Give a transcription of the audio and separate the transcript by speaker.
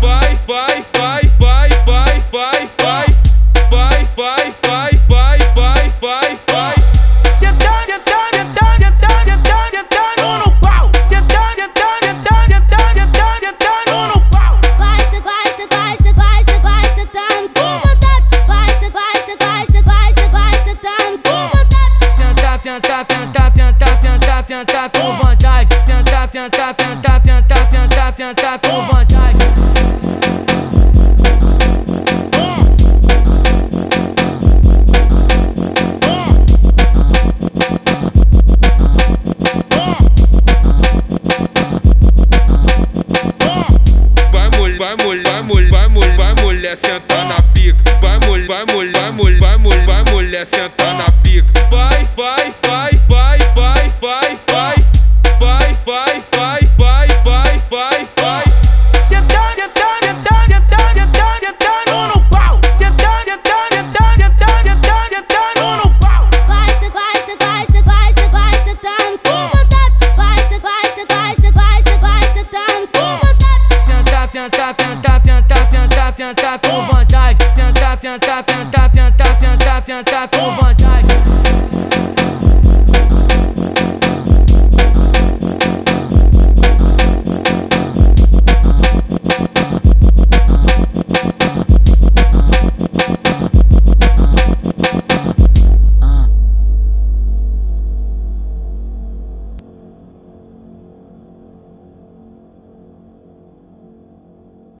Speaker 1: vai, vai, vai, vai, vai, vai, vai, vai, vai, vai, vai, vai, vai.
Speaker 2: Vai, cê vai, cê vai, cê vai, cê vai, cê tá no com vontade. Vai, cê vai, cê vai, cê vai, cê vai, cê tá no com vontade.
Speaker 3: Tentar, tentar, tentar, tentar, tentar, tentar com vontade. Tentar, tentar, tentar, tentar, tentar, tentar com vontade.
Speaker 1: Vai mulher, vai mulher, vai mulher, vai mulher, vai mulher, senta na pica. Vai mulher, vai mulher, vai mulher, vai mulher, vai mulher, senta na pica. Vai, vai, vai, vai, vai, vai, vai, vai, vai, vai, vai, vai, vai, vai.
Speaker 2: Vai, cê vai, cê vai, cê vai, cê vai, cê tá no com vontade. Vai, cê vai, cê vai, cê vai, cê vai, cê tá no com vontade.
Speaker 3: Tentar, tentar, tentar, tentar, tentar, tentar com vontade. Tentar, tentar, tentar, tentar, tentar, tentar com vontade.